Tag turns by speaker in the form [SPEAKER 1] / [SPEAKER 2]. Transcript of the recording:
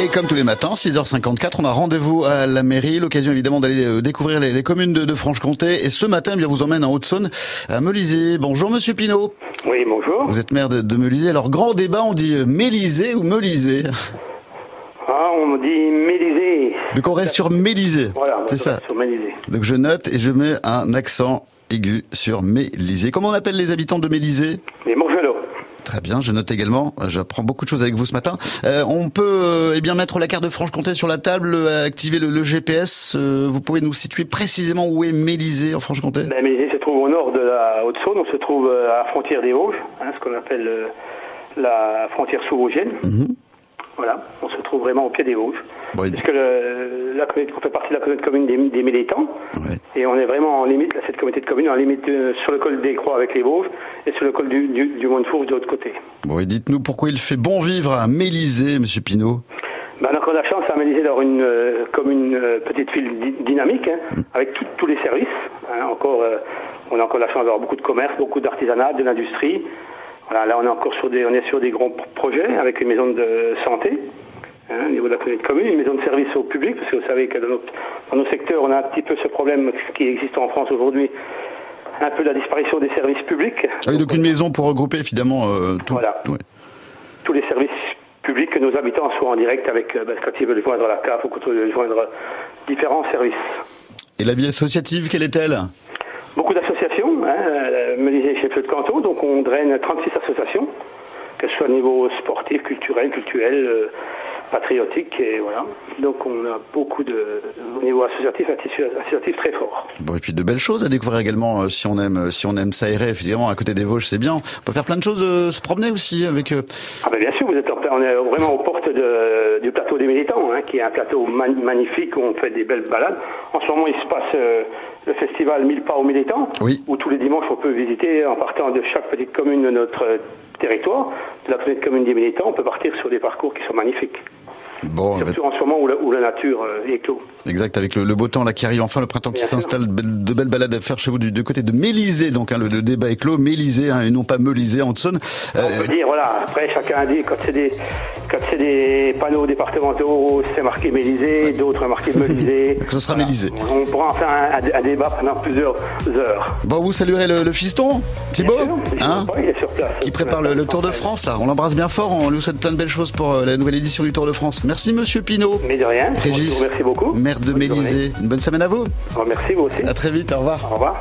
[SPEAKER 1] Et comme tous les matins, 6h54, on a rendez-vous à la mairie, l'occasion évidemment d'aller euh, découvrir les, les communes de, de Franche-Comté. Et ce matin, eh bien, on vous emmène en Haute-Saône, à Melisée. Bonjour Monsieur Pinault,
[SPEAKER 2] Oui, bonjour.
[SPEAKER 1] vous êtes maire de, de Melisée. Alors, grand débat, on dit euh, Mélisée ou Melisée
[SPEAKER 2] Ah, on me dit Mélisée.
[SPEAKER 1] Donc on reste sur Mélisée,
[SPEAKER 2] Voilà, on
[SPEAKER 1] c'est
[SPEAKER 2] va
[SPEAKER 1] ça.
[SPEAKER 2] sur Mélisée.
[SPEAKER 1] Donc je note et je mets un accent aigu sur Mélisée. Comment on appelle les habitants de Mélisée
[SPEAKER 2] Les Morgelots.
[SPEAKER 1] Très bien, je note également, euh, j'apprends beaucoup de choses avec vous ce matin. Euh, on peut euh, eh bien mettre la carte de Franche-Comté sur la table, euh, activer le, le GPS. euh, vous pouvez nous situer précisément où est Mélisée en Franche-Comté
[SPEAKER 2] Ben, Mélisée se trouve au nord de la Haute-Saône. On se trouve euh, à la frontière des Vosges, hein, ce qu'on appelle euh, la frontière sous-vosgienne.
[SPEAKER 1] Mhm.
[SPEAKER 2] Voilà, on se trouve vraiment au pied des Vosges.
[SPEAKER 1] Bon, il-
[SPEAKER 2] Puisque le- la commune, on fait partie de la commune de commune des, des militants.
[SPEAKER 1] Ouais.
[SPEAKER 2] Et on est vraiment en limite, là, cette communauté de communes, en limite euh, sur le col des Croix avec les Vosges et sur le col du, du, du Mont-de-Fourche de l'autre côté.
[SPEAKER 1] Bon, et dites-nous pourquoi il fait bon vivre à Mélisée, Monsieur Pinault.
[SPEAKER 2] Ben, on a encore la chance à Mélisée d'avoir une euh, commune euh, petite ville dy- dynamique, hein, avec tout- tous les services. hein, encore, euh, on a encore la chance d'avoir beaucoup de commerce, beaucoup d'artisanat, de l'industrie. Voilà, là, on est encore sur des, on est sur des grands pro- projets avec une maison de santé hein, au niveau de la communauté de commune, une maison de service au public, parce que vous savez que dans, notre- dans nos secteurs, on a un petit peu ce problème qui existe en France aujourd'hui, un peu la disparition des services publics.
[SPEAKER 1] Ah oui, donc une maison pour regrouper évidemment euh, tout.
[SPEAKER 2] Voilà.
[SPEAKER 1] ouais.
[SPEAKER 2] tous les services publics que nos habitants soient en direct avec, euh, ben, quand ils veulent joindre la CAF ou quand ils veulent joindre différents services.
[SPEAKER 1] Et la vie associative, quelle est-elle
[SPEAKER 2] Beaucoup d'associations, hein, euh, Melisée chef de canton, donc on draine 36 associations, que ce soit au niveau sportif, culturel, culturel, euh, patriotique, et voilà. Donc on a beaucoup de, au niveau associatif, un tissu associatif très fort.
[SPEAKER 1] Bon, et puis de belles choses à découvrir également euh, si on aime euh, si on aime s'aérer, évidemment, à côté des Vosges, c'est bien. On peut faire plein de choses, euh, se promener aussi avec euh,
[SPEAKER 2] Ah ben bien sûr, vous êtes en plein- on est vraiment aux portes de- du plateau des militants, hein, qui est un plateau man- magnifique où on fait des belles balades. En ce moment, il se passe euh, le festival 1000 pas aux militants,
[SPEAKER 1] Oui.
[SPEAKER 2] où tous les dimanches, on peut visiter, en partant de chaque petite commune de notre euh, territoire, de la petite commune des militants, on peut partir sur des parcours qui sont magnifiques.
[SPEAKER 1] Bon, bah,
[SPEAKER 2] Surtout en ce moment où la, où la nature euh, éclot.
[SPEAKER 1] Exact, avec le, le beau temps là qui arrive enfin, le printemps qui
[SPEAKER 2] Bien sûr.
[SPEAKER 1] s'installe, de belles- de belles balades à faire chez vous du, du côté de Mélisée, donc hein, le, le débat est clos, Mélisée hein, et non pas Melisée en Haute-Saône.
[SPEAKER 2] On
[SPEAKER 1] Euh,
[SPEAKER 2] peut dire, voilà, après chacun dit, quand c'est des, quand c'est des panneaux départementaux, c'est marqué Mélisée, d'autres marqué Melisée.
[SPEAKER 1] ce sera Mélisée.
[SPEAKER 2] On pourra en faire un, un- un débat pendant plusieurs heures.
[SPEAKER 1] bon, vous saluerez le, le fiston, Thibaut,
[SPEAKER 2] Bien sûr, je
[SPEAKER 1] hein,
[SPEAKER 2] sais pas, il est sur place.
[SPEAKER 1] qui prépare le, le Tour de France là. On l'embrasse bien fort, on lui souhaite plein de belles choses pour euh, la nouvelle édition du Tour de France. Merci Monsieur Pinault.
[SPEAKER 2] Mais de rien, je vous
[SPEAKER 1] Régis,
[SPEAKER 2] remercie beaucoup.
[SPEAKER 1] maire de Euh,
[SPEAKER 2] Bonne journée.
[SPEAKER 1] Mélisée. Une bonne semaine à vous.
[SPEAKER 2] Merci vous aussi.
[SPEAKER 1] À très vite, au revoir.
[SPEAKER 2] Au revoir.